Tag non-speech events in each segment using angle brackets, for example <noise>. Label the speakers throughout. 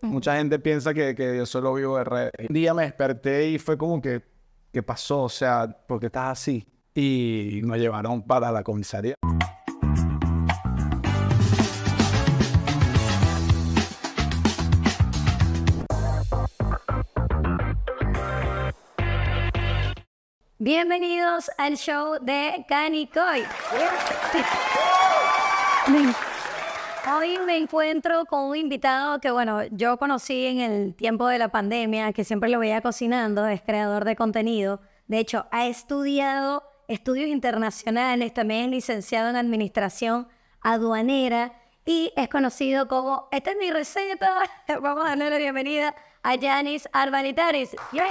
Speaker 1: Mucha gente piensa que, que yo solo vivo de redes. Un día me desperté y fue como que, ¿qué pasó? O sea, ¿por qué estás así? Y nos llevaron para la comisaría.
Speaker 2: Bienvenidos al show de Canicoy. Me- Hoy me encuentro con un invitado que, bueno, yo conocí en el tiempo de la pandemia, que siempre lo veía cocinando, es creador de contenido. De hecho, ha estudiado estudios internacionales, también es licenciado en administración aduanera y es conocido como, esta es mi receta, <laughs> vamos a darle la bienvenida a Yanis Arbanitaris. Yeah.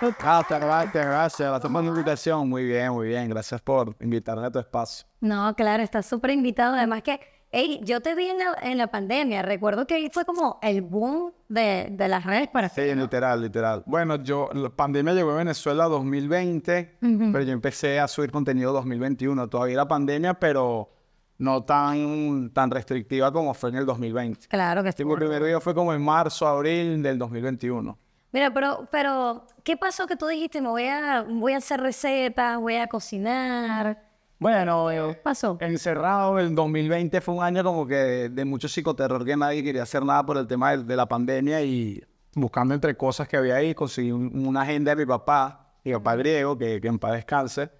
Speaker 1: Gracias, gracias, gracias. La toma de invitación. Muy bien, muy bien. Gracias por invitarme a tu espacio.
Speaker 2: No, claro, estás súper invitado. Además que, ey, yo te vi en la, en la pandemia. Recuerdo que ahí fue como el boom de, de las redes para
Speaker 1: Sí, literal, literal. Bueno, yo, la pandemia llegó a Venezuela 2020, pero yo empecé a subir contenido 2021. Todavía la pandemia, pero no tan, tan restrictiva como fue en el 2020.
Speaker 2: Claro que
Speaker 1: Sí,
Speaker 2: estoy.
Speaker 1: mi primer video fue como en marzo, abril del 2021.
Speaker 2: Mira, pero, pero, ¿qué pasó que tú dijiste, me voy a, voy a hacer recetas, voy a cocinar?
Speaker 1: Bueno, eh,
Speaker 2: ¿Qué pasó?
Speaker 1: encerrado el 2020 fue un año como que de, de mucho psicoterror que nadie quería hacer nada por el tema de, de la pandemia y buscando entre cosas que había ahí conseguí un- una agenda de mi papá, mi papá griego, que, que en paz descanse,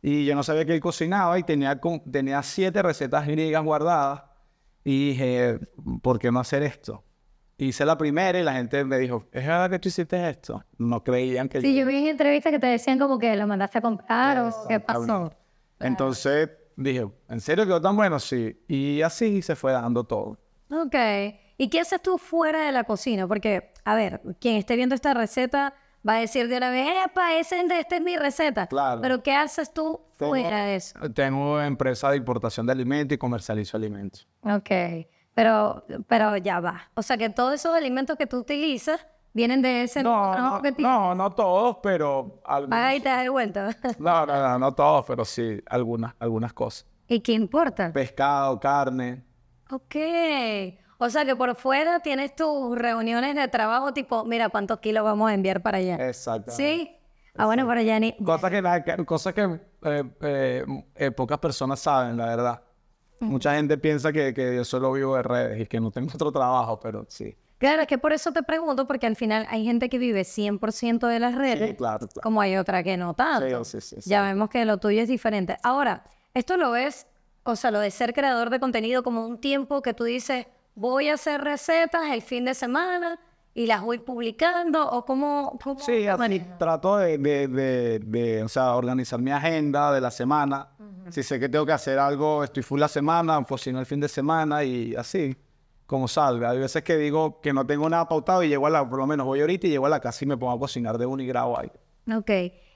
Speaker 1: y yo no sabía que él cocinaba y tenía, co- tenía siete recetas griegas guardadas y dije, ¿por qué no hacer esto? Hice la primera y la gente me dijo, ¿es verdad que tú hiciste esto? No creían que yo...
Speaker 3: Sí, yo vi en entrevistas que te decían como que lo mandaste a comprar o qué pasó.
Speaker 1: Entonces dije, ¿en serio quedó tan bueno? Sí. Y así se fue dando todo.
Speaker 2: Ok. ¿Y qué haces tú fuera de la cocina? Porque, a ver, quien esté viendo esta receta va a decir de una vez, ¡epa, ese es de- esta es mi receta!
Speaker 1: Claro.
Speaker 2: Pero, ¿qué haces tú
Speaker 1: Tengo-
Speaker 2: fuera de eso?
Speaker 1: Tengo empresa de importación de alimentos y comercializo alimentos.
Speaker 3: Ok.
Speaker 2: Pero, pero ya va. O sea que todos esos alimentos que tú utilizas vienen de ese
Speaker 1: No, no,
Speaker 2: que te
Speaker 1: no, no todos, pero algunos.
Speaker 2: paga y te das cuenta.
Speaker 1: No, no, no, no todos, pero sí algunas, algunas cosas.
Speaker 2: <laughs> ¿Y qué importa?
Speaker 1: Pescado, carne.
Speaker 2: Ok. O sea que por fuera tienes tus reuniones de trabajo tipo, mira cuántos kilos vamos a enviar para allá.
Speaker 1: Exacto.
Speaker 2: ¿Sí? Ah, bueno, para allá ni...
Speaker 1: Cosas que, la- que- cosas que eh, eh, eh, pocas personas saben, la verdad. Mucha gente piensa que, que yo solo vivo de redes y que no tengo otro trabajo, pero sí.
Speaker 2: Claro, es que por eso te pregunto, porque al final hay gente que vive 100% de las redes,
Speaker 1: Sí, claro, claro.
Speaker 2: como hay otra que no tanto.
Speaker 1: Sí, sí, sí, sí.
Speaker 2: Ya vemos que lo tuyo es diferente. Ahora, esto lo ves, o sea, lo de ser creador de contenido como un tiempo que tú dices, voy a hacer recetas el fin de semana y las voy publicando, o como...
Speaker 1: Sí, así trato de, de- de- de, o sea, organizar mi agenda de la semana. Si sé que tengo que hacer algo, estoy full la semana, pues si no el fin de semana y así, como salga. Hay veces que digo que no tengo nada pautado y llego a la, por lo menos voy ahorita y llego a la casa y me pongo a cocinar de un y grabo ahí.
Speaker 2: Ok.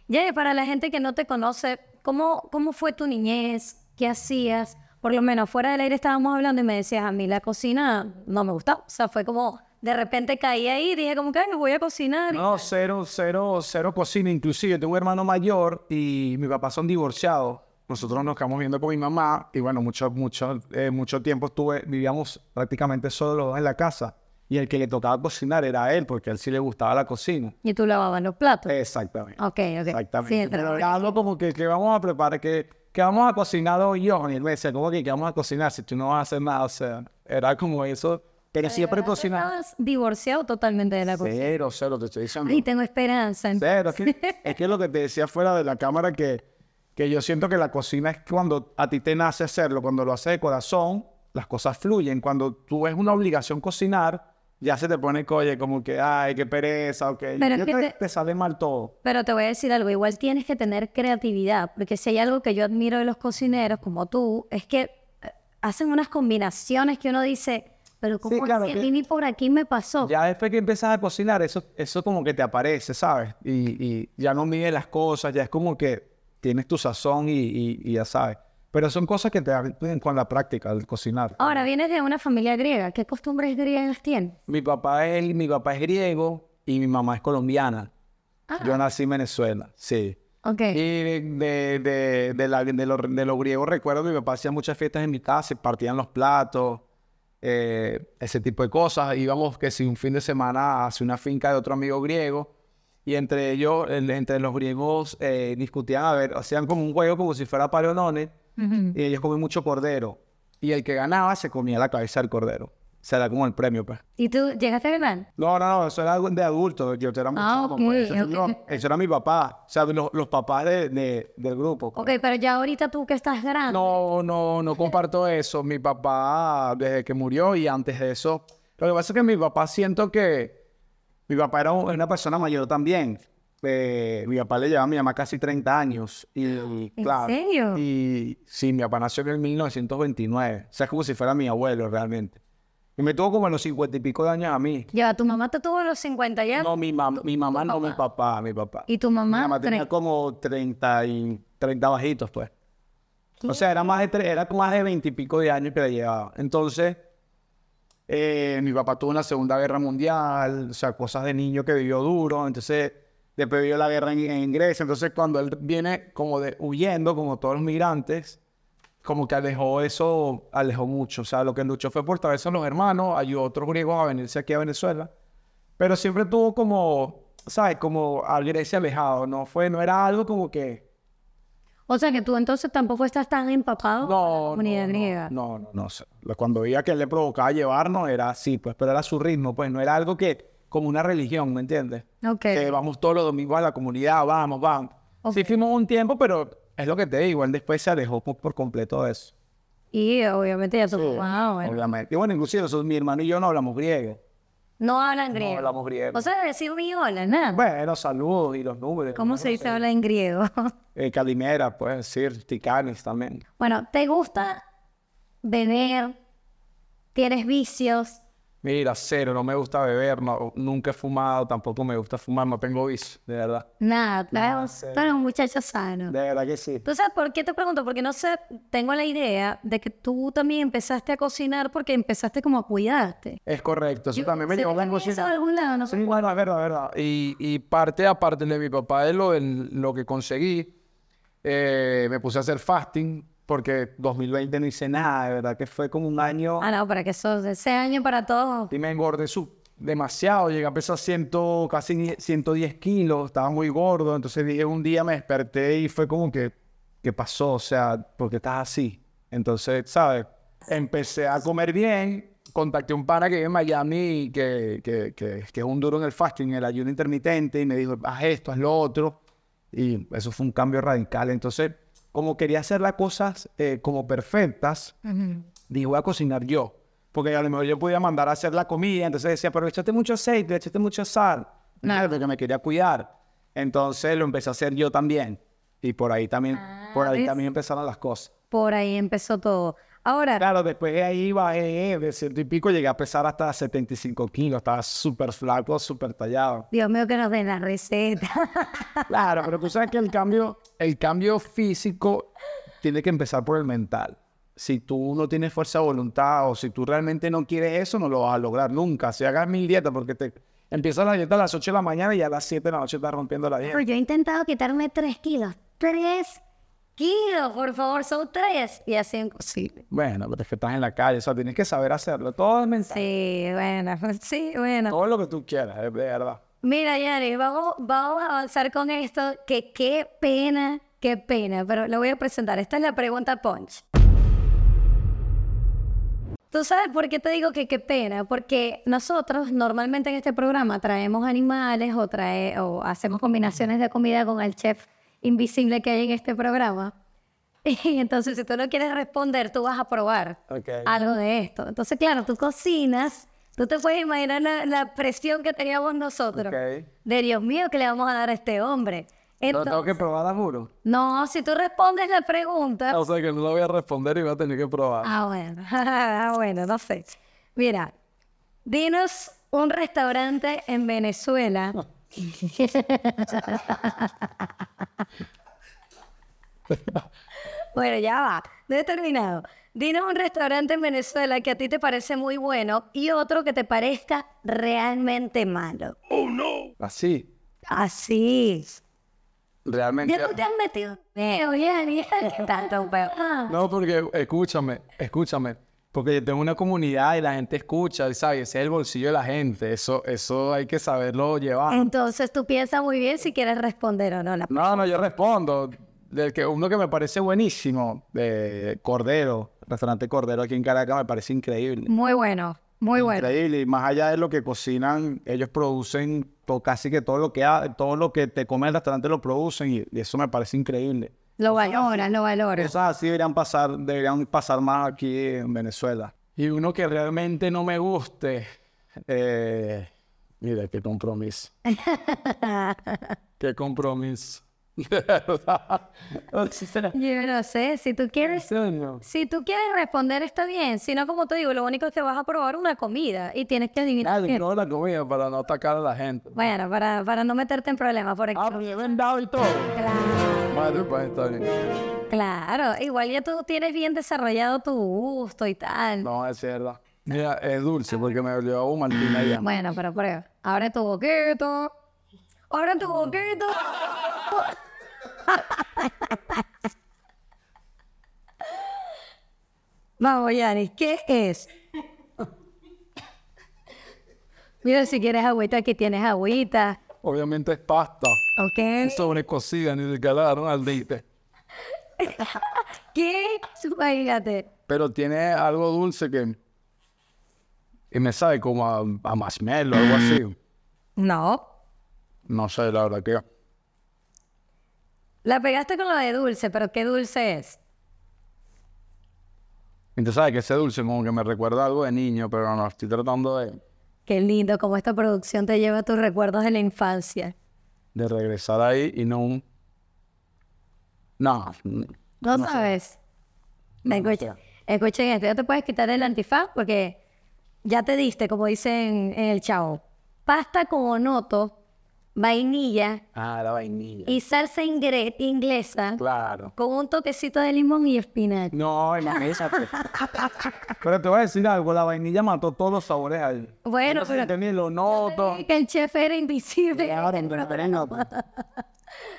Speaker 2: Ya, y para la gente que no te conoce, ¿cómo, ¿cómo fue tu niñez? ¿Qué hacías? Por lo menos fuera del aire estábamos hablando y me decías, a mí la cocina no me gustaba. O sea, fue como, de repente caí ahí y dije como que, "Ay, me voy a cocinar.
Speaker 1: No, cero, cero, cero cocina. Inclusive yo tengo un hermano mayor y mi papá son divorciados. Nosotros nos quedamos viendo con mi mamá y bueno, mucho, mucho, eh, mucho tiempo estuve, vivíamos prácticamente solos los dos en la casa. Y el que le tocaba cocinar era a él, porque a él sí le gustaba la cocina.
Speaker 2: Y tú lavabas los platos.
Speaker 1: Exactamente.
Speaker 2: ok, ok.
Speaker 1: Eh, Exactamente.
Speaker 2: Sí, el
Speaker 1: Pero
Speaker 2: trabajo.
Speaker 1: era algo como que, que vamos a preparar, que, que vamos a cocinar hoy, yo. Y él me decía, ¿cómo que, que vamos a cocinar si tú no vas a hacer nada? O sea, era como eso. Pero siempre cocinaba.
Speaker 2: Estabas divorciado totalmente de la cocina.
Speaker 1: Cero, cero, te estoy diciendo.
Speaker 2: Ay, tengo esperanza. <laughs> en-
Speaker 1: Cero, es que, es que lo que te decía fuera de la cámara que, que yo siento que la cocina es cuando a ti te nace hacerlo, cuando lo haces de corazón, las cosas fluyen. Cuando tú es una obligación cocinar, ya se te pone coye, como que, ay, qué pereza, o que
Speaker 2: Pero es
Speaker 1: yo
Speaker 2: que
Speaker 1: te,
Speaker 2: te-
Speaker 1: te sale mal todo.
Speaker 2: Pero te voy a decir algo, igual tienes que tener creatividad, porque si hay algo que yo admiro de los cocineros como tú, es que eh, hacen unas combinaciones que uno dice, pero ¿cómo
Speaker 1: claro,
Speaker 2: así? a
Speaker 1: que-
Speaker 2: mí ni por aquí me pasó?
Speaker 1: Ya después que empiezas a cocinar, eso, eso como que te aparece, ¿sabes? Y, y ya no mides las cosas, ya es como que tienes tu sazón y, y- y ya sabes. Pero son cosas que te aprenden con la práctica, el cocinar.
Speaker 2: Ahora, vienes de una familia griega, ¿qué costumbres griegas tienes?
Speaker 1: Mi papá es, mi papá es griego y mi mamá es colombiana. Yo nací en Venezuela, sí.
Speaker 2: Ok,
Speaker 1: Y de, de, de, la- de lo, de lo griego recuerdo, mi papá hacía muchas fiestas en mi casa, se partían los platos. eh, ese tipo de cosas. Íbamos que si un fin de semana hacia una finca de otro amigo griego y entre ellos, el- entre los griegos eh, discutían, a ver, hacían como un juego como si fuera paleonones
Speaker 3: Ujú.
Speaker 1: y ellos comían mucho cordero y el que ganaba se comía la cabeza del cordero. O sea, era como el premio, pues.
Speaker 2: ¿Y tú llegaste a ganar?
Speaker 1: No, no, no, eso era algo de adulto. Yo era muy
Speaker 3: Ah,
Speaker 1: chamo,
Speaker 3: ok,
Speaker 1: pues, Eso,
Speaker 3: ok.
Speaker 1: no, eso era mi papá. O sea, los, los papás de- de- del grupo. pues.
Speaker 2: Ok, pero ya ahorita tú que estás grande.
Speaker 1: No, no, no comparto eso. Mi papá, desde que murió y antes de eso. Lo que pasa es que mi papá siento que. Mi papá era un- una persona mayor también. Eh, mi papá le llevaba a mi mamá casi 30 años. Y,
Speaker 2: ¿En
Speaker 1: claro,
Speaker 2: serio?
Speaker 1: Y sí, mi papá nació en el 1929. O sea, es como si fuera mi abuelo realmente. Y me tuvo como a los 50 y pico de años a mí.
Speaker 2: Ya, tu mamá te tuvo a los 50 ya.
Speaker 1: No, mi, mam- mi mamá, no, mi papá, mi papá.
Speaker 3: Y tu
Speaker 1: Mi
Speaker 3: mamá.
Speaker 1: mamá tenía
Speaker 3: tres-
Speaker 1: como 30, y, 30 bajitos, pues. O sea, era más de, tre- era más de 20 y pico de años que la llevaba. Entonces, eh, mi papá tuvo una Segunda Guerra Mundial, o sea, cosas de niño que vivió duro. Entonces, después vivió la guerra en, en Grecia. Entonces, cuando él viene como de, huyendo, como todos los migrantes, como que alejó eso, alejó mucho. O sea, lo que luchó fue por traerse a los hermanos, ayudó a otros griegos a venirse aquí a Venezuela. Pero siempre tuvo como, ¿sabes? Como a Grecia alejado, ¿no? Fue, no era algo como que...
Speaker 2: O sea que tú entonces tampoco estás tan empapado con la
Speaker 1: No, no,
Speaker 2: comunidad
Speaker 1: no,
Speaker 2: griega.
Speaker 1: no, no, no, o sea, lo- Cuando veía que él le provocaba llevarnos, era así, pues, pero era su ritmo, pues, no era algo que, como una religión, ¿me entiendes?
Speaker 2: Ok.
Speaker 1: Que vamos todos los domingos a la comunidad, vamos, vamos. Sí
Speaker 2: Ok.
Speaker 1: fuimos un tiempo, pero es lo que te digo, él después se alejó por, por completo de eso.
Speaker 2: Y obviamente ya tú. Wow, Ah, bueno.
Speaker 1: Obviamente. Y bueno, inclusive eso, mi hermano y yo no hablamos griego.
Speaker 2: No hablan griego.
Speaker 1: hablamos griego.
Speaker 2: O sea, decir ni hola, nada.
Speaker 1: Bueno, saludos y los números.
Speaker 2: ¿Cómo se dice habla en griego? <laughs>
Speaker 1: Eh, Calimera, puedes decir, Ticanes también.
Speaker 2: bueno, ¿te gusta beber? ¿Tienes vicios?
Speaker 1: Mira, cero, no me gusta beber, no, nunca he fumado, tampoco me gusta fumar, no tengo vicio, de verdad.
Speaker 2: Nada, tú eres un- tú eres un muchacho sano.
Speaker 1: De verdad que sí.
Speaker 2: Entonces, ¿por qué te pregunto? Porque no sé, tengo la idea de que tú también empezaste a cocinar porque empezaste como a cuidarte.
Speaker 1: Es correcto, eso también me
Speaker 2: ¿Se
Speaker 1: llevó
Speaker 2: ve
Speaker 1: a la
Speaker 2: eso de
Speaker 1: cocina.
Speaker 2: algún lado? No sé.
Speaker 1: Sí, bueno, es verdad, es verdad. Y, y parte aparte de mi papá, de lo, en lo que conseguí, eh, me puse a hacer fasting, porque 2020 no hice nada, de verdad que fue como un año
Speaker 2: Ah, no, para que eso, ese año para todos.
Speaker 1: y me engordé su- demasiado, llegué a pesar 100, casi ni- 110 kilos, estaba muy gordo, entonces dije, un día me desperté y fue como que, ¿qué pasó? O sea, ¿por qué estás así? Entonces, ¿sabes? Empecé a comer bien, contacté a un pana que vive en Miami, que, que, que, que es un duro en el fasting, en el ayuno intermitente, y me dijo, haz esto, haz lo otro, y eso fue un cambio radical. Entonces, como quería hacer las cosas eh, como perfectas,
Speaker 3: Ujú.
Speaker 1: dije, voy a cocinar yo. Porque a lo mejor yo podía mandar a hacer la comida. Entonces decía, pero echaste mucho aceite, echaste mucha sal. Nada, porque me quería cuidar. Entonces lo empecé a hacer yo también. Y por ahí también, por ahí
Speaker 2: ¿ves?
Speaker 1: también empezaron las cosas.
Speaker 2: Por ahí empezó todo. Ahora,
Speaker 1: Claro, después de ahí bajé de ciento y pico, llegué a pesar hasta 75 kilos. Estaba súper flaco, súper tallado.
Speaker 2: Dios mío, que nos den la receta.
Speaker 1: Claro, pero tú sabes que el cambio, el cambio físico tiene que empezar por el mental. Si tú no tienes fuerza de voluntad o si tú realmente no quieres eso, no lo vas a lograr nunca. Si hagas mil dietas, porque te empiezas la dieta a las 8 de la mañana y a las 7 de la noche estás rompiendo la dieta.
Speaker 2: Pero yo he intentado quitarme tres kilos. ¡Tres kilos! Por favor, son tres. Y así imposible.
Speaker 1: Bueno, pero es que estás en la calle, o sea, tienes que saber hacerlo. Todo es mental.
Speaker 2: Sí, bueno, <laughs> sí, bueno.
Speaker 1: Todo lo que tú quieras, de de verdad.
Speaker 2: Mira, Yari, vamos, vamos a avanzar con esto, que qué pena, qué pena, pero lo voy a presentar. Esta es la pregunta punch. ¿Tú sabes por qué te digo que qué pena? Porque nosotros normalmente en este programa traemos animales o, trae, o hacemos
Speaker 3: Combinaciones de comida con el chef.
Speaker 2: invisible que hay en este programa. <laughs> Y entonces, si tú no quieres responder, tú vas a probar
Speaker 1: Ok.
Speaker 2: algo de esto. Entonces, claro, tú cocinas, tú te puedes imaginar la, la presión que teníamos nosotros.
Speaker 1: Ok.
Speaker 2: De Dios mío, ¿qué le vamos a dar a este hombre?
Speaker 1: No
Speaker 2: Entonces-
Speaker 1: tengo que probar a juro.
Speaker 2: no, si tú respondes la pregunta.
Speaker 1: O sea, que no lo voy a responder y voy a tener que probar.
Speaker 2: Ah, bueno, <laughs> ah, bueno, no sé. Mira, dinos un restaurante en Venezuela. <laughs> Bueno, ya va, no he terminado. Dinos un restaurante en Venezuela que a ti te parece muy bueno y otro que te parezca realmente malo.
Speaker 1: Así,
Speaker 2: Así. es.
Speaker 1: realmente.
Speaker 2: Ya tú te has <laughs> metido. en peo, ya, ya, que tanto peo.
Speaker 1: Ah. No, porque escúchame, escúchame. Porque yo tengo una comunidad y la gente escucha, ¿sabes? Ese es el bolsillo de la gente. Eso, eso hay que saberlo llevar.
Speaker 2: Entonces tú piensas muy bien si quieres responder o no. La...
Speaker 1: No, no, yo respondo. Del que, uno que me parece buenísimo, de Cordero, restaurante Cordero aquí en Caracas, me parece increíble.
Speaker 2: Muy bueno, muy bueno.
Speaker 1: Increíble. Y más allá de lo que cocinan, ellos producen to- casi que todo lo que ha- todo lo que te come en el restaurante lo producen y, y eso me parece increíble.
Speaker 2: Lo valoras, lo valoras.
Speaker 1: Cosas así deberían pasar, deberían pasar más aquí en Venezuela. Y uno que realmente no me guste. eh, mira, qué compromiso. qué compromiso. <laughs>
Speaker 2: Yo no sé, si tú quieres Si tú quieres responder, está bien. Si no, como te digo, lo único es que vas a probar una comida y tienes que adivinar. qué.
Speaker 1: Nadie no la comida para no atacar a la gente.
Speaker 2: Bueno, para, para no meterte en problemas, por
Speaker 1: Ah,
Speaker 2: ejemplo.
Speaker 1: pero lleven dado y todo.
Speaker 2: Claro,
Speaker 1: Madre, pues está bien.
Speaker 2: claro. Igual ya tú tienes bien desarrollado tu gusto y tal.
Speaker 1: No, es verdad. Mira, es dulce porque me olió un martín
Speaker 2: Bueno, pero prueba. Abre tu boquito. Abre tu boquito. Vamos, Yanis, ¿qué es? Mira, si quieres agüita, aquí tienes agüita.
Speaker 1: Obviamente es pasta.
Speaker 2: Ok.
Speaker 1: Sobrecocida, ni siquiera le daron al dite.
Speaker 2: ¿Qué? Imagínate.
Speaker 1: pero tiene algo dulce que, y me sabe como a, a marshmallow algo así.
Speaker 2: No.
Speaker 1: No sé, la verdad que
Speaker 2: La pegaste con lo de dulce, pero ¿qué dulce es?
Speaker 1: entonces sabes que ese dulce como que me recuerda a algo de niño, pero no estoy tratando de,
Speaker 2: Qué lindo cómo esta producción te lleva a tus recuerdos de la infancia.
Speaker 1: de regresar ahí y no un- No, mm, n-
Speaker 2: No, sabes. Escuchen, escuchen esto. Ya te puedes quitar el antifaz porque ya te diste, como dicen en el chavo. Pasta con onoto, vainilla
Speaker 1: ah, la vainilla.
Speaker 2: y salsa ingre- inglesa
Speaker 1: Claro.
Speaker 2: con un toquecito de limón y espinaca.
Speaker 1: No,
Speaker 2: <laughs>
Speaker 1: imagínate. pero te voy a decir algo, la vainilla mató todos los sabores ahí.
Speaker 2: Bueno, pero
Speaker 1: Tenía los notos.
Speaker 2: que el chef era invisible.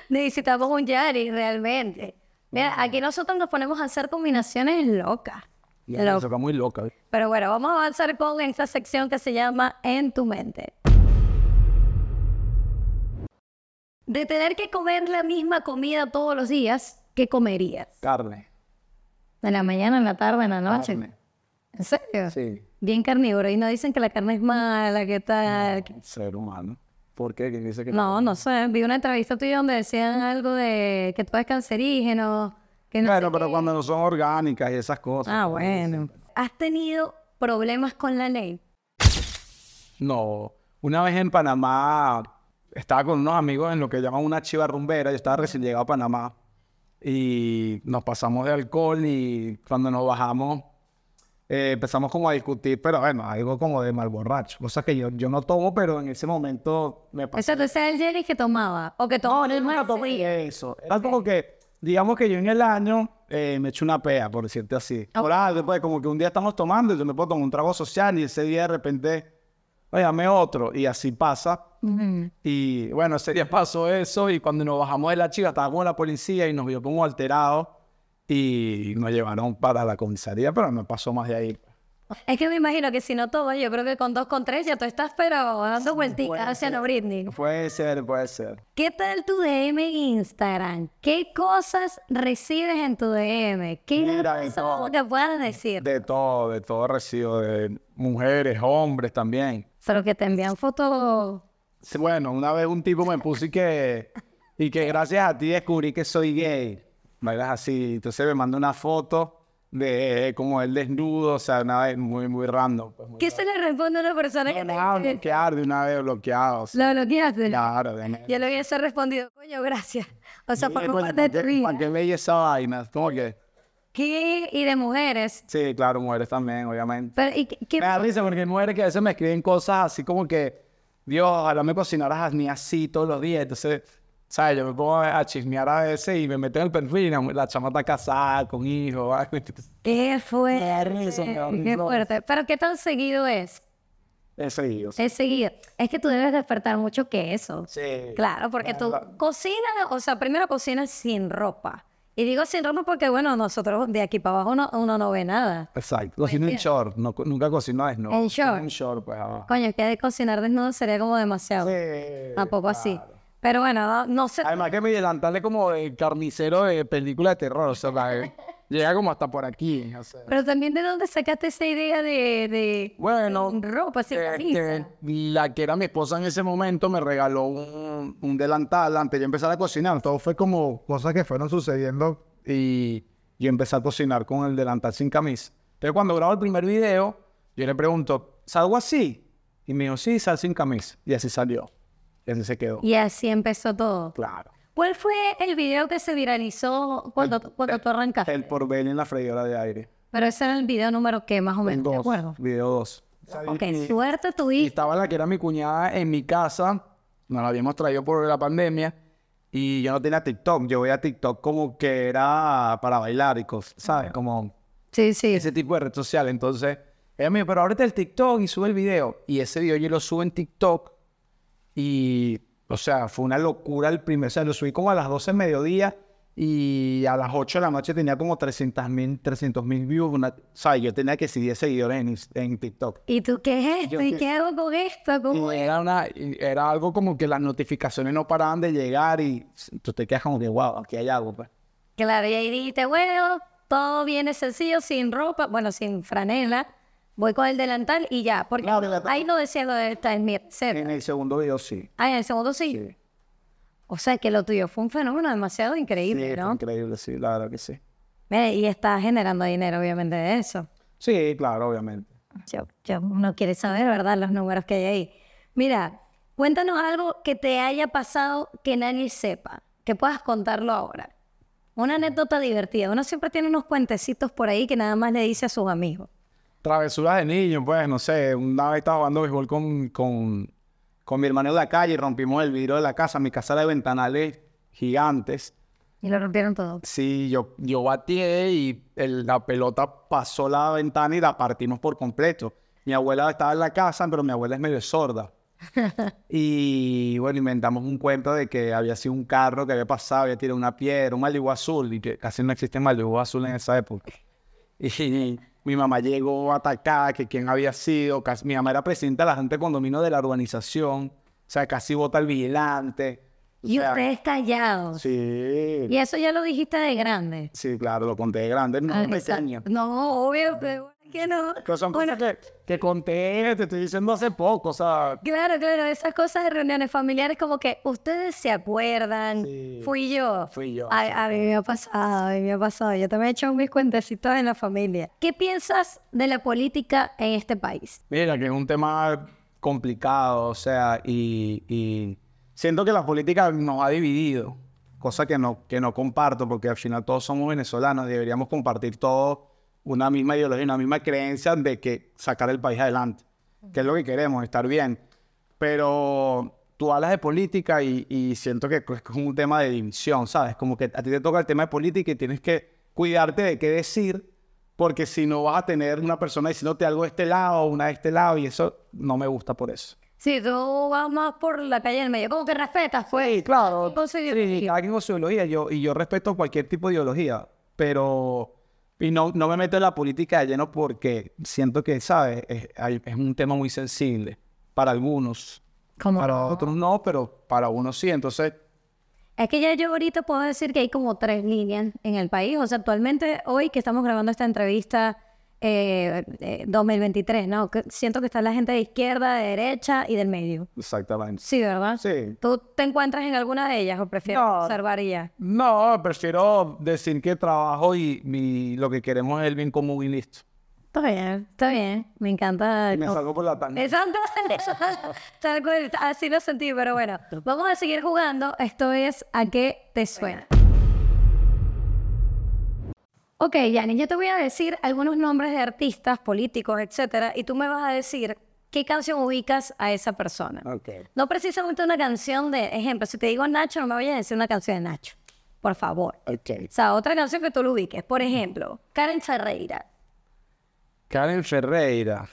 Speaker 2: Necesitamos un Yari, realmente. Mira, aquí nosotros nos ponemos a hacer combinaciones locas.
Speaker 1: Me saca muy loca.
Speaker 2: Pero bueno, vamos a avanzar con esta sección que se llama En tu mente. De tener que comer la misma comida todos los días, ¿qué comerías?
Speaker 1: Carne.
Speaker 3: En la mañana, en la tarde, en la noche.
Speaker 1: Carne.
Speaker 3: ¿En serio?
Speaker 1: Sí.
Speaker 2: Bien carnívoro. Y no dicen que la carne es mala, ¿qué tal?
Speaker 1: ser humano. ¿Por qué? ¿Quién dice que
Speaker 2: No, no sé. Vi una entrevista tuya donde decían algo de que todo es cancerígeno. Que no sé
Speaker 1: Bueno, pero cuando no son orgánicas y esas cosas.
Speaker 2: Ah, bueno. ¿Has tenido problemas con la ley?
Speaker 1: No. Una vez en Panamá estaba con unos amigos en lo que llaman una chiva rumbera. Yo estaba recién llegado a Panamá. Y nos pasamos de alcohol y cuando nos bajamos eh, empezamos como a discutir, pero bueno, algo como de mal borracho. Cosas que yo, yo no tomo, pero en ese momento me pasó.
Speaker 2: Exacto, ese es el jelly que tomaba. O que tomaba. No,
Speaker 1: Eso. Era como que, digamos que yo en el año eh, me eché una pea, por decirte así. Por algo, pues, como que un día estamos tomando y yo me puedo tomar un trago social y ese día de repente, oígame otro. Y así pasa.
Speaker 2: Mm.
Speaker 1: Y bueno, ese día pasó eso y cuando nos bajamos de la chica, estaba con la policía y nos vio como alterados y nos llevaron para la comisaría, pero no pasó más de ahí.
Speaker 2: Es que me imagino que si no tomas, yo creo que con dos, con tres ya tú estás, pero dando vueltitas hacia lo Britney.
Speaker 1: Puede ser, puede ser.
Speaker 2: ¿Qué tal tu DM en Instagram? ¿Qué cosas recibes en tu DM? ¿Qué
Speaker 1: Mira, de
Speaker 2: es lo que puedas decir?
Speaker 1: De todo, de todo recibo, de mujeres, hombres también.
Speaker 2: Pero que te envían fotos.
Speaker 1: Sí, Bueno, una vez un tipo me puso y que, y que gracias a ti descubrí que soy gay. Bailas así. Entonces me mandó una foto de eh, como él desnudo, o sea, una vez muy, muy random. Pues, muy
Speaker 2: ¿Qué se le responde a una persona que
Speaker 1: Ah,
Speaker 2: te dice?
Speaker 1: bloquear de una vez bloqueado. o sea,
Speaker 2: Lo bloqueaste.
Speaker 1: Claro, de nada.
Speaker 2: Yo le hubiese respondido, coño, gracias. O sea, por
Speaker 1: Bueno,
Speaker 2: parte de tu
Speaker 1: ¿para qué-
Speaker 2: vida.
Speaker 1: ¿Para qué veía esa vaina? Como que,
Speaker 2: ¿Qué? Y de mujeres.
Speaker 1: sí, claro, mujeres también, obviamente.
Speaker 2: Pero, ¿y qué- qué-
Speaker 1: Me da risa porque hay mujeres que a veces me escriben cosas así como que, Dios, ojalá me cocinaras a mí así todos los días. Entonces, ¿sabes? Yo me pongo a chismear a veces y me meto en el perfil y la, la chama está casada, con hijos. <laughs> ¿vale? Entonces,
Speaker 2: qué fuerte?
Speaker 1: risa, me da
Speaker 2: Qué
Speaker 1: risa.
Speaker 2: fuerte. Pero ¿qué tan seguido es?
Speaker 1: Eso y yo. Sí.
Speaker 2: Es seguido.
Speaker 3: Es que tú debes despertar mucho que eso.
Speaker 1: Sí.
Speaker 2: Claro, porque tú cocinas, o sea, primero cocinas sin ropa. Y digo sin ropa porque, bueno, nosotros de aquí para abajo no, uno no ve nada.
Speaker 1: Exacto. Cocino en short, no, nunca cocino desnudo.
Speaker 2: En short.
Speaker 1: En short, pues. ah.
Speaker 2: Coño, es que de cocinar desnudo sería como demasiado.
Speaker 1: Sí,
Speaker 2: Tampoco así.
Speaker 1: claro.
Speaker 2: Pero bueno, no, no sé.
Speaker 1: Además que mi delantal es como el carnicero de película de terror, o sea, <laughs> la- eh, llega como hasta por aquí. o sea.
Speaker 2: Pero también de dónde sacaste esa idea de, de
Speaker 1: Bueno,
Speaker 2: sin ropa, sin camisa.
Speaker 1: este, la que era mi esposa en ese momento me regaló un, un delantal antes de yo empezar a cocinar. Todo fue como cosas que fueron sucediendo y yo empecé a cocinar con el delantal sin camisa. Entonces cuando grabo el primer video, yo le pregunto, ¿salgo así? Y me dijo, sí, sal sin camisa. Y así salió. Y así se quedó.
Speaker 2: Y así empezó todo.
Speaker 1: Claro.
Speaker 2: ¿Cuál fue el video que se viralizó cuando, cuando tú arrancaste?
Speaker 1: El porvenir en la freidora de aire.
Speaker 2: Pero ese era el video número que más o menos, ¿de
Speaker 1: Dos,
Speaker 2: acuerdo?
Speaker 1: Video 2.
Speaker 2: Ok, suerte
Speaker 1: Y
Speaker 2: tuviste.
Speaker 1: estaba la que era mi cuñada en mi casa, nos la habíamos traído por la pandemia, y yo no tenía TikTok, yo veía TikTok como que era para bailar y cosas, ¿sabes? Como
Speaker 2: Sí, sí.
Speaker 1: ese tipo de red social, entonces, ella me dijo, pero ahorita el TikTok y sube el video, y ese video yo lo subo en TikTok, y, o sea, fue una locura el primer, o sea, lo subí como a las 12 del mediodía, y a las 8 de la noche tenía como 300 mil, 300 mil views, una- o sea, yo tenía que 10 seguidores en, Inst- en TikTok.
Speaker 2: ¿Y tú qué es
Speaker 1: Yo
Speaker 2: esto? ¿Y
Speaker 1: que- Eh.
Speaker 2: qué hago con esto? ¿Cómo
Speaker 1: Y
Speaker 2: es?
Speaker 1: era, una, y era algo como que las notificaciones no paraban de llegar y s- tú te quedas como que, wow, aquí hay algo. pues".
Speaker 2: Claro, y ahí dijiste, bueno, todo viene sencillo, sin ropa, bueno, sin franela. Voy con el delantal y ya. Porque
Speaker 1: Claro, delantal.
Speaker 2: ahí no decía lo de estar en mi receta.
Speaker 1: En el segundo video sí.
Speaker 2: Ah, en el segundo sí.
Speaker 1: Sí.
Speaker 2: O sea, que lo tuyo fue un fenómeno demasiado
Speaker 1: Sí,
Speaker 2: increíble,
Speaker 1: fue
Speaker 2: ¿no?
Speaker 1: increíble, sí, la verdad que sí.
Speaker 2: Mira, y está generando dinero, obviamente, de eso.
Speaker 1: Sí, claro, obviamente.
Speaker 2: Yo, yo- uno quiere saber, ¿verdad? Los números que hay ahí. Mira, cuéntanos algo que te haya pasado que nadie sepa, que puedas contarlo ahora. Una anécdota divertida. Uno siempre tiene unos cuentecitos por ahí que nada más le dice a sus amigos.
Speaker 1: Travesuras de niño, pues, no sé, una vez estaba jugando béisbol con, con, con mi hermano en la calle y rompimos el vidrio de la casa, mi casa era de ventanales gigantes.
Speaker 2: Y lo rompieron todo.
Speaker 1: Sí, yo, yo bateé y el- la pelota pasó la ventana y la partimos por completo. Mi abuela estaba en la casa, pero mi abuela es medio
Speaker 2: <laughs>
Speaker 1: sorda. Y bueno, inventamos un cuento de que había sido un carro que había pasado, había tirado una piedra, un Malibu azul, y que casi no existe Malibu azul en esa época. <laughs> Y mi mamá llegó atacada, que quién había sido. casi- mi mamá era presidenta de la gente de condominio de la urbanización, o sea, casi vota al vigilante. o
Speaker 2: Y
Speaker 1: sea,
Speaker 2: ustedes callados.
Speaker 1: Sí.
Speaker 2: Y eso ya lo dijiste de grande.
Speaker 1: Sí, claro, lo conté de grande, no
Speaker 2: Ah,
Speaker 1: de pequeño.
Speaker 2: No, obvio, pero que no.
Speaker 1: Pero son
Speaker 2: Bueno,
Speaker 1: cosas que, que conté, te estoy diciendo hace poco, o sea,
Speaker 2: Claro, claro, esas cosas de reuniones familiares como que ustedes se acuerdan, fui yo.
Speaker 1: Fui yo,
Speaker 2: Ay, A, mí me ha pasado, a mí me ha pasado. Yo también he hecho mis cuentecitos en la familia. ¿Qué piensas de la política en este país?
Speaker 1: mira, que es un tema complicado, o sea, y, y siento que la política nos ha dividido, cosa que no, que no comparto, porque al final todos somos venezolanos, deberíamos compartir todos una misma ideología, una misma creencia de que sacar el país adelante, que es lo que queremos, estar bien. Pero tú hablas de política y, y siento que es como un tema de división, ¿sabes? Como que a ti te toca el tema de política y tienes que cuidarte de qué decir, porque si no vas a tener una persona diciéndote algo de este lado, una de este lado, y eso no me gusta por eso.
Speaker 2: Si tú vas más por la calle del medio, como que respetas, pues.
Speaker 1: claro.
Speaker 2: Con su ideología.
Speaker 1: cada quien con su ideología, yo, y yo respeto cualquier tipo de ideología, pero... Y no, no me meto en la política de lleno porque siento que, ¿sabes? Es, hay- es un tema muy sensible para algunos.
Speaker 2: Como-
Speaker 1: Para otros no, pero para unos sí. Entonces,
Speaker 2: Es que ya yo ahorita puedo decir que hay como tres líneas en el país. O sea, actualmente, hoy que estamos grabando esta entrevista eh, eh, 2023, ¿no? Que siento que está la gente de izquierda, de derecha y del medio.
Speaker 1: Exactamente.
Speaker 2: Sí, ¿verdad?
Speaker 1: Sí.
Speaker 2: ¿Tú te encuentras en alguna de ellas o prefieres
Speaker 1: No.
Speaker 2: observar y ya?
Speaker 1: No, prefiero decir que trabajo y, mi- lo que queremos es el bien común y listo.
Speaker 2: Está bien, está bien. Me encanta.
Speaker 1: Y me salgo por la tangente.
Speaker 2: Exacto. <laughs> Tal cual, así lo sentí, pero bueno. Vamos a seguir jugando. Esto es ¿A qué te suena? Ok, Yanni, yo te voy a decir algunos nombres de artistas, políticos, etcétera, y tú me vas a decir qué canción ubicas a esa persona.
Speaker 1: Ok.
Speaker 2: No precisamente una canción de, ejemplo, si te digo Nacho, no me vayas a decir una canción de Nacho, por favor.
Speaker 1: Ok.
Speaker 2: O sea, otra canción que tú lo ubiques. Por ejemplo, Karen Ferreira.
Speaker 1: Karen Ferreira.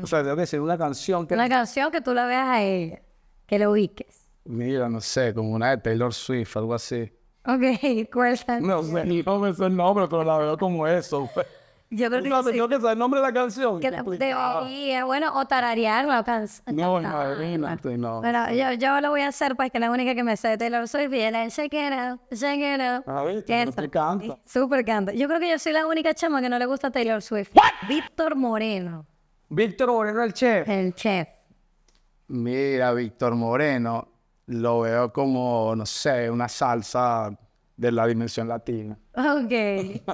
Speaker 1: O sea, tengo que decir una canción que...
Speaker 2: Una canción que tú la veas a ella, que la ubiques.
Speaker 1: Mira, no sé, como una de Taylor Swift, algo así.
Speaker 2: Ok, <laughs> cuéntanos.
Speaker 1: No sé, no me sé el nombre, pero la veo como
Speaker 2: <laughs>
Speaker 1: eso. pues.
Speaker 2: Yo creo que
Speaker 1: No,
Speaker 2: sí.
Speaker 1: tengo que saber el nombre de la canción. Ah,
Speaker 2: Que la- debería, bueno, o tararear la canción. Ah,
Speaker 1: No, imagínate, no.
Speaker 2: Bueno, yo, yo lo voy a hacer, pues, que es la única que me sé de Taylor Swift y era el Shake It Up, Shake It Up.
Speaker 1: Ah, ¿viste? No
Speaker 2: Eso.
Speaker 1: te canta.
Speaker 2: Súper canto. Yo creo que yo soy la única chama que no le gusta Taylor Swift. Víctor Moreno,
Speaker 1: Víctor Moreno, el chef.
Speaker 2: el chef.
Speaker 1: Mira, Víctor Moreno, lo veo como, no sé, una salsa de la dimensión latina.
Speaker 2: Ok,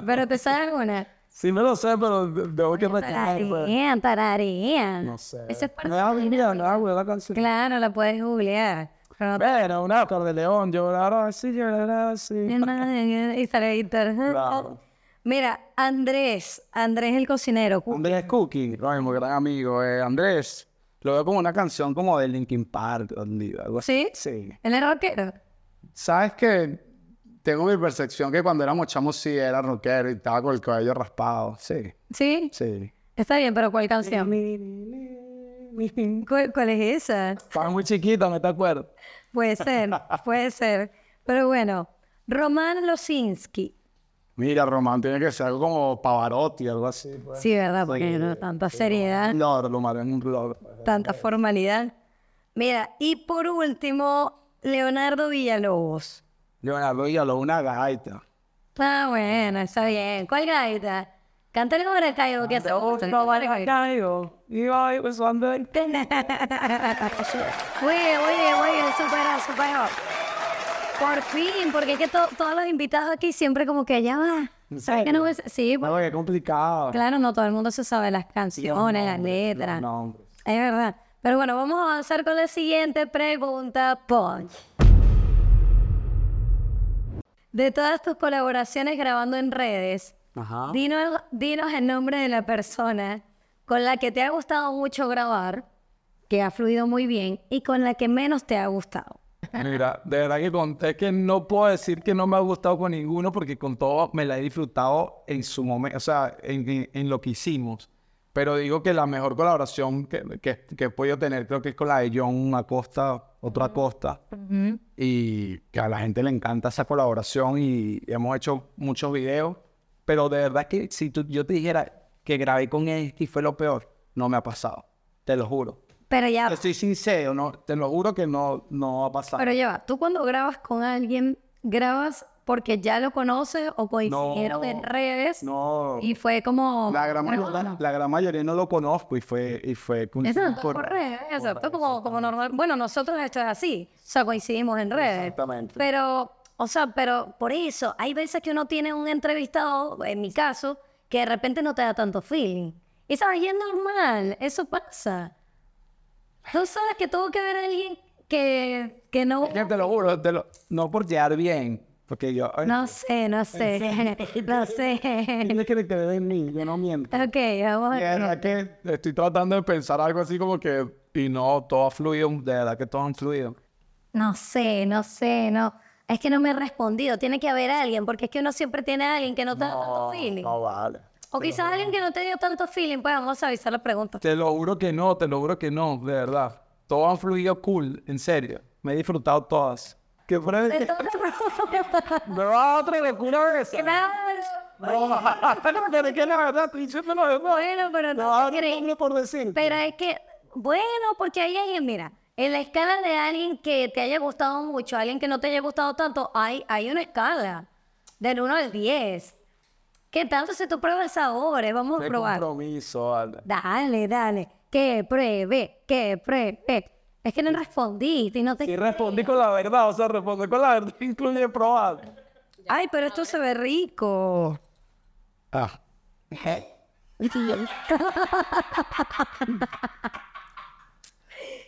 Speaker 2: pero ¿te sabes alguna?
Speaker 1: Sí me lo sé, pero de- debo que reconocer.
Speaker 2: Tararea, tararea.
Speaker 1: No sé.
Speaker 2: Esa es parte
Speaker 1: No, mira, no, güey, la canción.
Speaker 2: Claro, la puedes googlear. Pero no
Speaker 1: Bueno, una de león, llorar así, llorar así. <laughs>
Speaker 2: tiene nada de- y sale Víctor.
Speaker 1: Claro.
Speaker 2: Mira, Andrés, Andrés el cocinero. cu-
Speaker 1: Andrés Cooking, lo mismo, gran amigo. eh, Andrés, lo veo como una canción como de Linkin Park, donde- algo así.
Speaker 2: ¿Sí?
Speaker 1: Sí.
Speaker 2: Él es rockero.
Speaker 1: ¿Sabes que Tengo mi percepción que cuando éramos chamos sí era rockero y estaba con el cabello raspado. Sí,
Speaker 2: ¿Sí?
Speaker 1: sí.
Speaker 2: Está bien, pero ¿cuál canción? ¿Cuál, cuál es esa?
Speaker 1: Estaba muy chiquita, ¿me te acuerdas?
Speaker 2: Puede ser, puede ser. Pero bueno, Román Losinski.
Speaker 1: Mira, Román, tiene que ser algo como Pavarotti, algo así. pues.
Speaker 2: Sí, ¿verdad? Porque no, tanta seriedad,
Speaker 1: Lord, lo malo es un Lord.
Speaker 2: tanta formalidad. Mira, y por último, Leonardo Villalobos.
Speaker 1: Leonardo Villalobos, una gaita.
Speaker 2: Ah, bueno, está bien. ¿Cuál gaita? Cántale como el caigo que hace. <laughs> Muy bien, muy bien, muy bien, superó, superó. Por fin, porque es que to- todos los invitados aquí siempre como que ya va. ¿Sabes que no es? Sí, pues,
Speaker 1: No, qué complicado.
Speaker 2: claro, no todo el mundo se sabe las canciones, las letras.
Speaker 1: No, hombre.
Speaker 2: Es verdad. Pero bueno, vamos a avanzar con la siguiente pregunta, Punch. De todas tus colaboraciones grabando en redes,
Speaker 1: Ajá.
Speaker 2: dinos, dinos el nombre de la persona con la que te ha gustado mucho grabar, que ha fluido muy bien, y con la que menos te ha gustado.
Speaker 1: Mira, de verdad que con- es que no puedo decir que no me ha gustado con ninguno porque con todo me la he disfrutado en su momento, o sea, en, en- en lo que hicimos. Pero digo que la mejor colaboración que, que, que he podido tener creo que es con la de John Acosta, otro Acosta. Y que a la gente le encanta esa colaboración y hemos hecho muchos videos. Pero de verdad que si tú- yo te dijera que grabé con este y fue lo peor, no me ha pasado. Te lo juro.
Speaker 2: Pero ya,
Speaker 1: Te estoy sincero, no, te lo juro que no, no ha pasado.
Speaker 2: Ah. pero ya va. Tú cuando grabas con alguien, grabas porque ya lo conoces o coincidieron en redes
Speaker 1: No.
Speaker 2: y fue como...
Speaker 1: La gran, mayoría, la, la gran mayoría no lo conozco y fue, y fue con-
Speaker 2: Exacto,
Speaker 1: por-
Speaker 2: por redes, exacto, como, como normal. Bueno, nosotros esto es así, o sea, coincidimos en redes.
Speaker 1: Exactamente.
Speaker 2: Pero, o sea, pero por eso, hay veces que uno tiene un entrevistado, en mi caso, que de repente no te da tanto feeling. Y sabes, y es normal, eso pasa. Tú sabes que tuvo que ver a alguien que, que no...
Speaker 1: Es que te lo juro, te lo- no por llegar bien, porque yo... ay,
Speaker 2: No sé, no sé, <laughs> no sé.
Speaker 1: tienes que creer en mí, yo no miento.
Speaker 2: Ok, vamos a...
Speaker 1: De verdad que estoy tratando de pensar algo así como que... Y no, todo ha fluido, de verdad que todo ha fluido.
Speaker 2: No sé, no sé, no. Es que no me he respondido. Tiene que haber alguien, porque es que uno siempre tiene a alguien que no te da tanto feeling.
Speaker 1: No vale.
Speaker 2: o quizás alguien que no te dio tanto feeling. Pues vamos a avisar la pregunta.
Speaker 1: Te lo juro que no, te lo juro que no, de verdad. Todo ha fluido cool, en serio. Me he disfrutado todas. ¿Qué fue?
Speaker 2: <laughs> Entonces, <laughs>
Speaker 1: Me va otra locura esa.
Speaker 2: claro.
Speaker 1: No, <laughs> pero es que la verdad, estoy diciendo lo demás.
Speaker 2: Bueno, pero no,
Speaker 1: No,
Speaker 2: te
Speaker 1: no,
Speaker 2: crees.
Speaker 1: no, por decir.
Speaker 2: Pero es que, bueno, porque hay alguien, mira, en la escala de alguien que te haya gustado mucho, alguien que no te haya gustado tanto, hay, hay una escala del 1 al 10. ¿Qué tanto si tú pruebas sabores? Vamos a
Speaker 1: Qué
Speaker 2: probar.
Speaker 1: compromiso, vale.
Speaker 2: Dale, dale, que pruebe, que pruebe. Es que no respondiste y no te...
Speaker 1: Sí respondí con la verdad, o sea, respondí con la verdad, <laughs> incluye probar.
Speaker 2: Ay, pero esto se ve rico.
Speaker 1: Ah.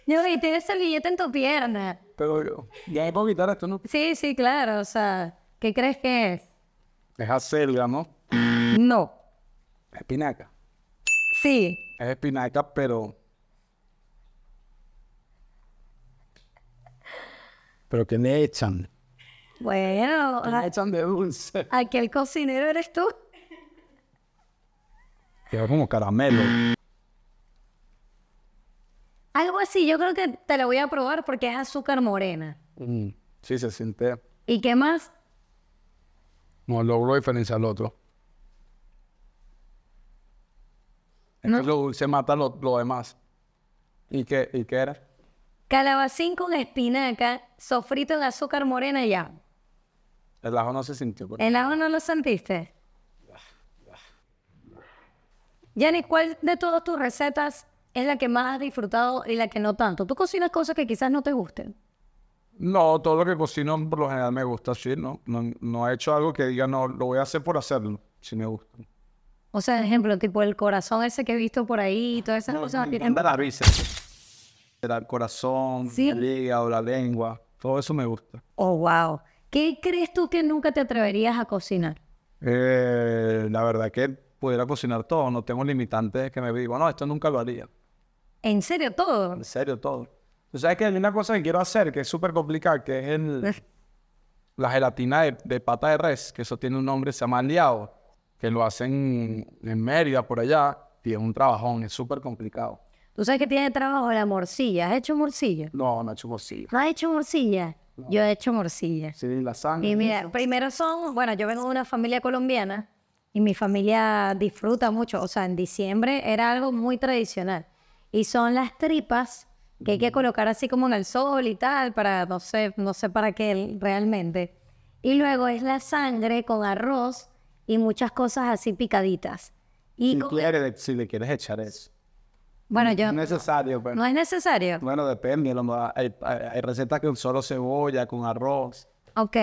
Speaker 2: Yo vi, tienes servilleta en tu pierna.
Speaker 1: Pero yo, ya puedo quitar esto, ¿no?
Speaker 2: Sí, sí, claro, o sea, ¿qué crees que es?
Speaker 1: Es acelga, ¿no?
Speaker 2: No.
Speaker 1: Es espinaca.
Speaker 2: Sí.
Speaker 1: Es espinaca, pero... ¿Pero qué le echan?
Speaker 2: Bueno,
Speaker 1: ¿Qué
Speaker 2: a-
Speaker 1: le echan de dulce?
Speaker 2: aquel cocinero eres tú.
Speaker 1: Queda como caramelo.
Speaker 2: Algo así, yo creo que te lo voy a probar porque es azúcar morena.
Speaker 1: Mm, Sí, se siente...
Speaker 2: ¿Y qué más?
Speaker 1: No logró diferenciar al otro. Es que lo dulce mata lo, lo demás. ¿Y qué, ¿Y qué era?
Speaker 2: Calabacín con espinaca, sofrito en azúcar morena y ajo.
Speaker 1: El ajo no se sintió. pero-
Speaker 2: ¿El ajo no lo sentiste? Yanni, ¿cuál de todas tus recetas es la que más has disfrutado y la que no tanto? Tú cocinas cosas que quizás no te gusten.
Speaker 1: No, todo lo que cocino por lo general me gusta, sí. No, no, no he hecho algo que diga, no, lo voy a hacer por hacerlo. Sí me gusta.
Speaker 2: O sea, ejemplo, tipo el corazón ese que he visto por ahí y todas esas cosas.
Speaker 1: Me encanta la risa. El corazón,
Speaker 2: Sí.
Speaker 1: el hígado, la lengua. Todo eso me gusta.
Speaker 2: Oh, wow. ¿Qué crees tú que nunca te atreverías a cocinar?
Speaker 1: Eh, la verdad que pudiera cocinar todo. No tengo limitantes que me digo, no, esto nunca lo haría.
Speaker 2: ¿En serio
Speaker 1: <laughs>
Speaker 2: todo?
Speaker 1: En serio, todo. Tú sabes que hay una cosa que quiero hacer que es súper complicada, que es
Speaker 2: Pues,
Speaker 1: el, la gelatina de, de pata de res, que eso tiene un nombre, se llama aliado, que lo hacen en Mérida, por allá, y es un trabajón, es súper complicado.
Speaker 2: Tú sabes que tiene trabajo la morcilla. ¿Has hecho morcilla?
Speaker 1: No, Nacho, pues sí.
Speaker 2: ¿No has hecho morcilla? Yo he hecho morcilla.
Speaker 1: Sí, la sangre.
Speaker 2: Y mira, primero son, bueno, yo vengo de una familia colombiana y mi familia disfruta mucho. O sea, en diciembre era algo muy tradicional. Y son las tripas que hay que colocar así como en el sol y tal, para no sé, no sé para qué realmente. Y luego es la sangre con arroz y muchas cosas así picaditas. Y
Speaker 1: Si,
Speaker 2: con- e,
Speaker 1: quieres- si le quieres echar eso.
Speaker 2: bueno, yo
Speaker 1: Es necesario, pero.
Speaker 2: no es necesario.
Speaker 1: Bueno, depende. a lo mejor Hay, hay- hay recetas con solo cebolla, con arroz.
Speaker 2: Ok,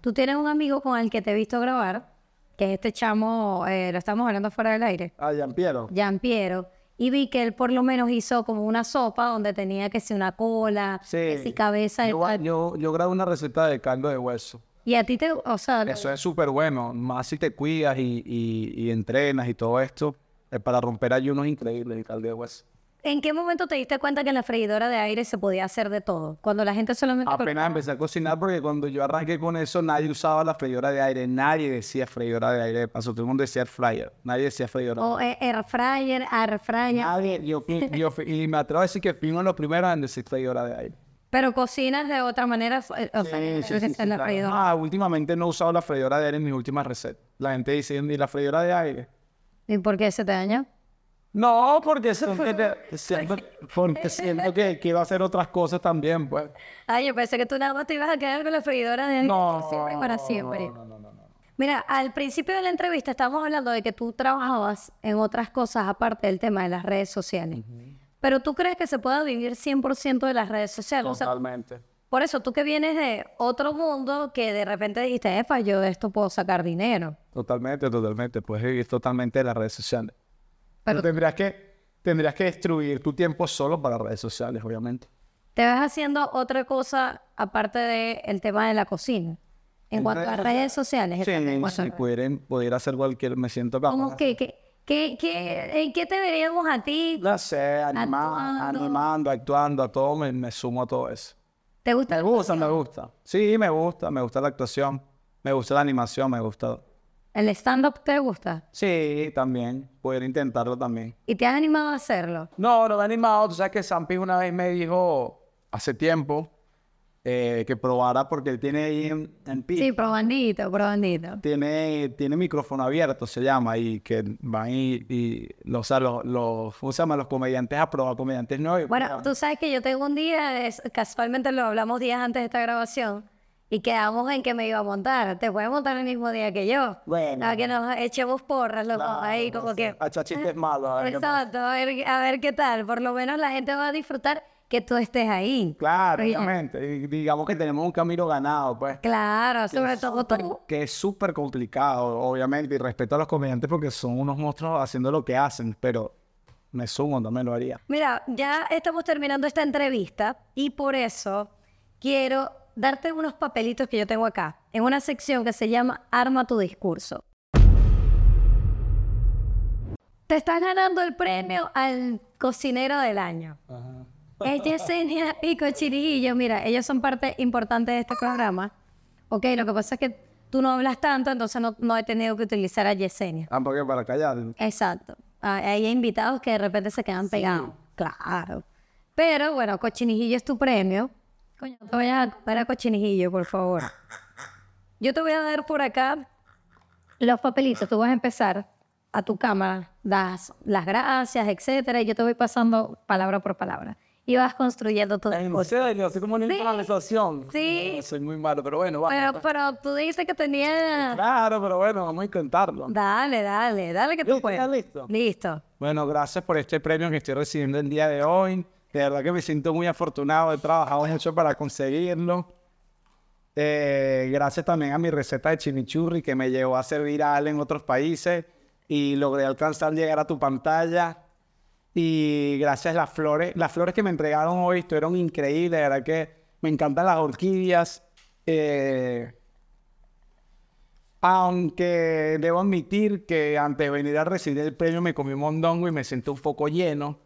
Speaker 2: tú tienes un amigo con el que te he visto grabar, que es este chamo, eh, lo estamos hablando fuera del aire.
Speaker 1: Ah, ya Piero.
Speaker 2: Gian Piero, y vi que él por lo menos hizo como una sopa donde tenía que si una cola, que si cabeza. y
Speaker 1: Yo,
Speaker 2: tal.
Speaker 1: yo, yo grabé una receta de caldo de hueso.
Speaker 2: Y a ti te, o sea,
Speaker 1: Eso es súper bueno, más si te cuidas y, y- y entrenas y todo esto, es para romper ayunos increíbles el caldo de hueso.
Speaker 2: ¿en qué momento te diste cuenta que en la freidora de aire se podía hacer de todo? Cuando la gente solamente...
Speaker 1: Apenas empecé a cocinar porque cuando yo arranqué con eso nadie usaba la freidora de aire, nadie decía freidora de aire, de paso todo el mundo decía air fryer, nadie decía freidora.
Speaker 2: O eh, air fryer, air fryer.
Speaker 1: Nadie, yo, fui- yo fui- y me atrevo a decir que fui uno de los primeros en decir freidora de aire.
Speaker 2: Pero cocinas de otra manera, eh, o sea,
Speaker 1: Sí, sí,
Speaker 2: en
Speaker 1: sí, sí,
Speaker 2: la
Speaker 1: claro.
Speaker 2: freidora.
Speaker 1: Ah, últimamente no he usado la freidora de aire en mis últimas recetas. La gente dice, ¿y la freidora de aire?
Speaker 2: ¿Y por qué se te dañó?
Speaker 1: No, porque siempre, siempre- porque siento que quiero hacer otras cosas también, pues.
Speaker 2: Ay, yo pensé que tú nada más te ibas a quedar con la freidora de aire por siempre para siempre. Mira, al principio de la entrevista estábamos hablando de que tú trabajabas en otras cosas aparte del tema de las redes sociales. Pero tú crees que se pueda vivir 100% de las redes sociales. O sea,
Speaker 1: Totalmente.
Speaker 2: por eso, tú que vienes de otro mundo que de repente dijiste, epa, yo de esto puedo sacar dinero.
Speaker 1: Totalmente, totalmente. Puedes vivir totalmente de las redes sociales.
Speaker 2: Pero-
Speaker 1: Pero tendrías que, tendrías que destruir tu tiempo solo para redes sociales, obviamente.
Speaker 2: Te vas haciendo otra cosa aparte del tema de la cocina. En
Speaker 1: En
Speaker 2: cuanto a
Speaker 1: redes
Speaker 2: redes sociales.
Speaker 1: Sí,
Speaker 2: exacto, en cuanto a
Speaker 1: si
Speaker 2: redes.
Speaker 1: pudieran- pudiera hacer cualquier, me siento
Speaker 2: ¿Cómo
Speaker 1: capaz.
Speaker 2: que, que, que, que- ¿En qué te veríamos a ti?
Speaker 1: No sé, anima-
Speaker 2: Actuando.
Speaker 1: animando, actuando, a todo, me, me sumo a todo eso.
Speaker 2: ¿Te gusta?
Speaker 1: Me gusta, me gusta. Sí, me gusta, me gusta la actuación, me gusta la animación, me gusta.
Speaker 2: ¿El stand-up te gusta?
Speaker 1: Sí, también, poder intentarlo también.
Speaker 2: ¿Y te has animado a hacerlo?
Speaker 1: No, no me he animado. Tú sabes que Sampi una vez me dijo hace tiempo eh, que probara porque él tiene ahí en, en pi-
Speaker 2: Sí, probandito, probandito.
Speaker 1: Tiene, tiene micrófono abierto, se llama, y que van y, y lo- o sea, los, los, ¿cómo se llama? Los comediantes a probar, comediantes no. y-
Speaker 2: Bueno, tú sabes que yo tengo un día, es- casualmente lo hablamos días antes de esta grabación, y quedamos en que me iba a montar. Te voy a montar el mismo día que yo.
Speaker 1: Bueno.
Speaker 2: A que nos echemos porras los dos ahí, como que...
Speaker 1: A chachiste es malo. a ver qué pasa.
Speaker 2: Exacto, a ver, a ver qué tal. Por lo menos la gente va a disfrutar que tú estés ahí.
Speaker 1: Claro,
Speaker 2: Oye.
Speaker 1: obviamente. y digamos que tenemos un camino ganado, pues.
Speaker 2: Claro, sobre todo tú.
Speaker 1: que es súper complicado, obviamente, y respeto a los comediantes porque son unos monstruos haciendo lo que hacen, pero me sumo, también lo haría.
Speaker 2: Mira, ya estamos terminando esta entrevista y por eso quiero darte unos papelitos que yo tengo acá, en una sección que se llama Arma tu discurso. Te estás ganando el premio al cocinero del año. Es Yesenia y Cochiriguillo. Mira, ellos son parte importante de este programa. Ok, lo que pasa es que tú no hablas tanto, entonces no, no he tenido que utilizar a Yesenia.
Speaker 1: Ah, porque para callar.
Speaker 2: Exacto. Ah, Ahí hay invitados que de repente se quedan pegados. Claro. Pero bueno, cochinijillo es tu premio. Coño, no te vayas a comer a cochinijillo, por favor. Yo te voy a dar por acá
Speaker 4: Los papelitos, tú vas a empezar a tu cámara, das las gracias, etcétera, y yo te voy pasando palabra por palabra. Y vas construyendo todo.
Speaker 1: En serio, así como una
Speaker 2: Pues, Sí.
Speaker 1: improvisación.
Speaker 2: Sí.
Speaker 1: No, soy muy malo, pero bueno, va.
Speaker 2: Pero, pero tú dijiste que tenía...
Speaker 1: Claro, pero bueno, vamos a intentarlo.
Speaker 2: Dale, dale, dale que tú
Speaker 1: ¿Listo?
Speaker 2: puedes.
Speaker 1: ¿Listo?
Speaker 2: Listo.
Speaker 1: Bueno, gracias por este premio que estoy recibiendo el día de hoy. De verdad que me siento muy afortunado, he trabajado mucho para conseguirlo. Eh, gracias también a mi receta de chimichurri que me llevó a ser viral en otros países y logré alcanzar llegar a tu pantalla. Y gracias a las flores, las flores que me entregaron hoy estuvieron increíbles, de verdad que me encantan las orquídeas. Eh, aunque debo admitir que antes de venir a recibir el premio me comí un mondongo y me sentí un poco lleno.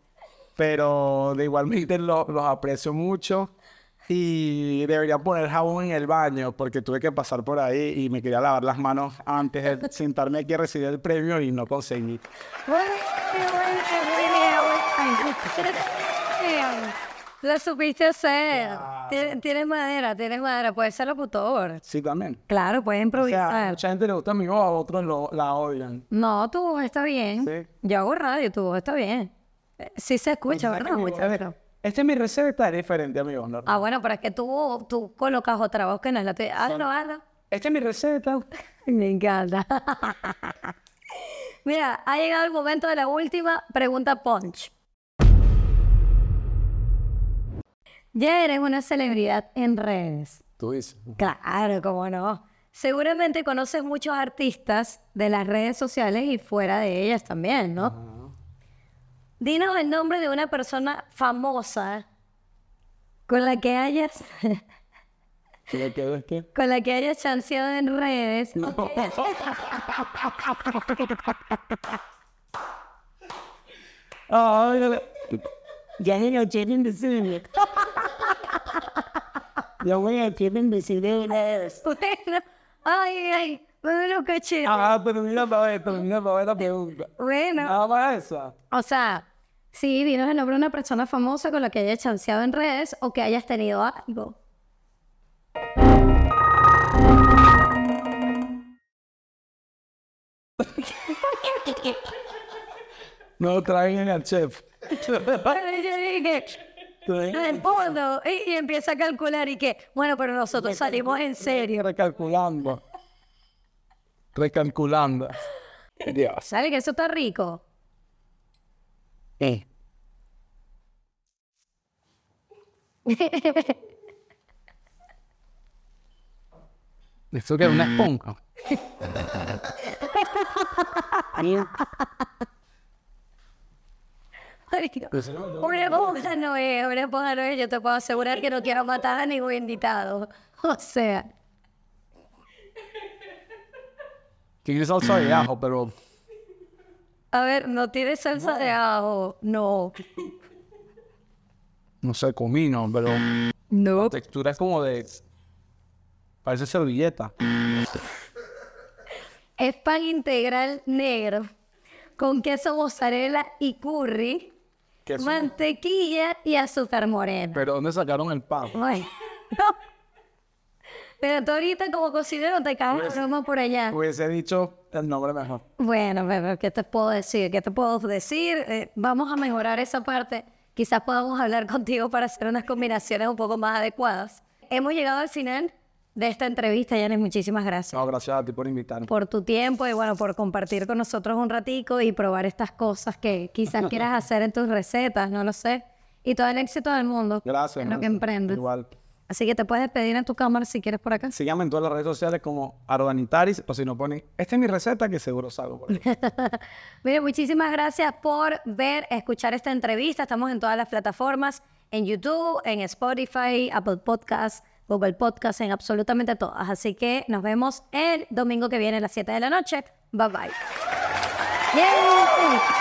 Speaker 1: Pero de igualmente lo- los aprecio mucho. Y debería poner jabón en el baño porque tuve que pasar por ahí y me quería lavar las manos antes de sentarme aquí a recibir el premio y no conseguí.
Speaker 2: Lo supiste hacer. Tien- Tienes madera, tienes madera. Puedes ser locutor.
Speaker 1: Sí, también.
Speaker 2: Claro, puedes
Speaker 1: O sea, a
Speaker 2: improvisar.
Speaker 1: mucha gente le gusta mi voz, a otros lo- la odian.
Speaker 2: No, tu voz está bien.
Speaker 1: Sí.
Speaker 2: Yo hago radio, tu voz está bien. Eh, Sí se escucha, ¿verdad? Mucha-
Speaker 1: Esta es mi receta, es diferente a mi voz normal.
Speaker 2: Ah, bueno, pero es que tú, tú colocas otra voz que no es la tuya. Hazlo, hazlo.
Speaker 1: Esta Este es mi receta.
Speaker 2: <laughs> Me encanta. Mira, ha llegado el momento de la última pregunta punch. Ya eres una celebridad en redes.
Speaker 1: Tú dices.
Speaker 2: Claro, cómo no. Seguramente conoces muchos artistas de las redes sociales y fuera de ellas también, ¿no? Dinos el nombre de una persona famosa con la que hayas, <laughs>
Speaker 1: ¿Qué le quedó es que?
Speaker 2: con la que hayas chanceado en redes.
Speaker 1: Ah, óigale. Ya ni lo quieren decir. Ya voy a quieren decirles.
Speaker 2: <laughs> Bueno, ay, ay, me lo caché.
Speaker 1: Ah, pero mira para ver, pero mira para ver la pregunta.
Speaker 2: Bueno,
Speaker 1: Nada más esa.
Speaker 2: o sea, sí, dinos el nombre de una persona famosa con la que hayas chanceado en redes o que hayas tenido algo.
Speaker 1: No traen al chef.
Speaker 2: Pero yo dije, al fondo, y, y empieza a calcular y que, bueno, pero nosotros salimos en serio.
Speaker 1: Recalculando. Recalculando. Dios.
Speaker 2: ¿Sabes que eso está rico?
Speaker 1: <laughs> Eso que es una esponja.
Speaker 2: Ay, no. Una esponja no es, una esponja no es. Yo te puedo asegurar que no quiero matar a ningún invitado. O sea,
Speaker 1: Tiene salsa de ajo, pero
Speaker 2: a ver, no tiene salsa de ajo. No,
Speaker 1: no sé, comino, pero la
Speaker 2: no.
Speaker 1: textura es como de. Parece servilleta.
Speaker 2: Es pan integral negro con queso mozzarella y curry,
Speaker 1: Queso.
Speaker 2: mantequilla y azúcar morena.
Speaker 1: Pero ¿dónde sacaron el pan?
Speaker 2: Bueno, <laughs> pero tú ahorita como cocinero te caes la broma por allá.
Speaker 1: Hubiese dicho el nombre mejor.
Speaker 2: Bueno, pero ¿qué te puedo decir? ¿Qué te puedo decir? Eh, vamos a mejorar esa parte. Quizás podamos hablar contigo para hacer unas combinaciones un poco más adecuadas. Hemos llegado al final de esta entrevista, Yanis. Muchísimas gracias.
Speaker 1: No, gracias a ti por invitarme.
Speaker 2: por tu tiempo y bueno, por compartir con nosotros un ratico y probar estas cosas que
Speaker 1: <laughs>
Speaker 2: quizás quieras hacer en tus recetas, no lo sé. Y todo el éxito del mundo.
Speaker 1: Gracias.
Speaker 2: En lo que
Speaker 1: gracias.
Speaker 2: emprendes.
Speaker 1: Igual.
Speaker 2: Así que te puedes despedir en tu cámara si quieres por acá.
Speaker 1: Síganme en todas las redes sociales como Ardanitaris, o si no ponen, esta es mi receta que seguro salgo por ahí.
Speaker 2: Mire, muchísimas gracias por ver, escuchar esta entrevista. Estamos en todas las plataformas, en YouTube, en Spotify, Apple Podcasts, Google Podcasts, en absolutamente todas. Así que nos vemos el domingo que viene a las 7 de la noche. Bye bye. Yay.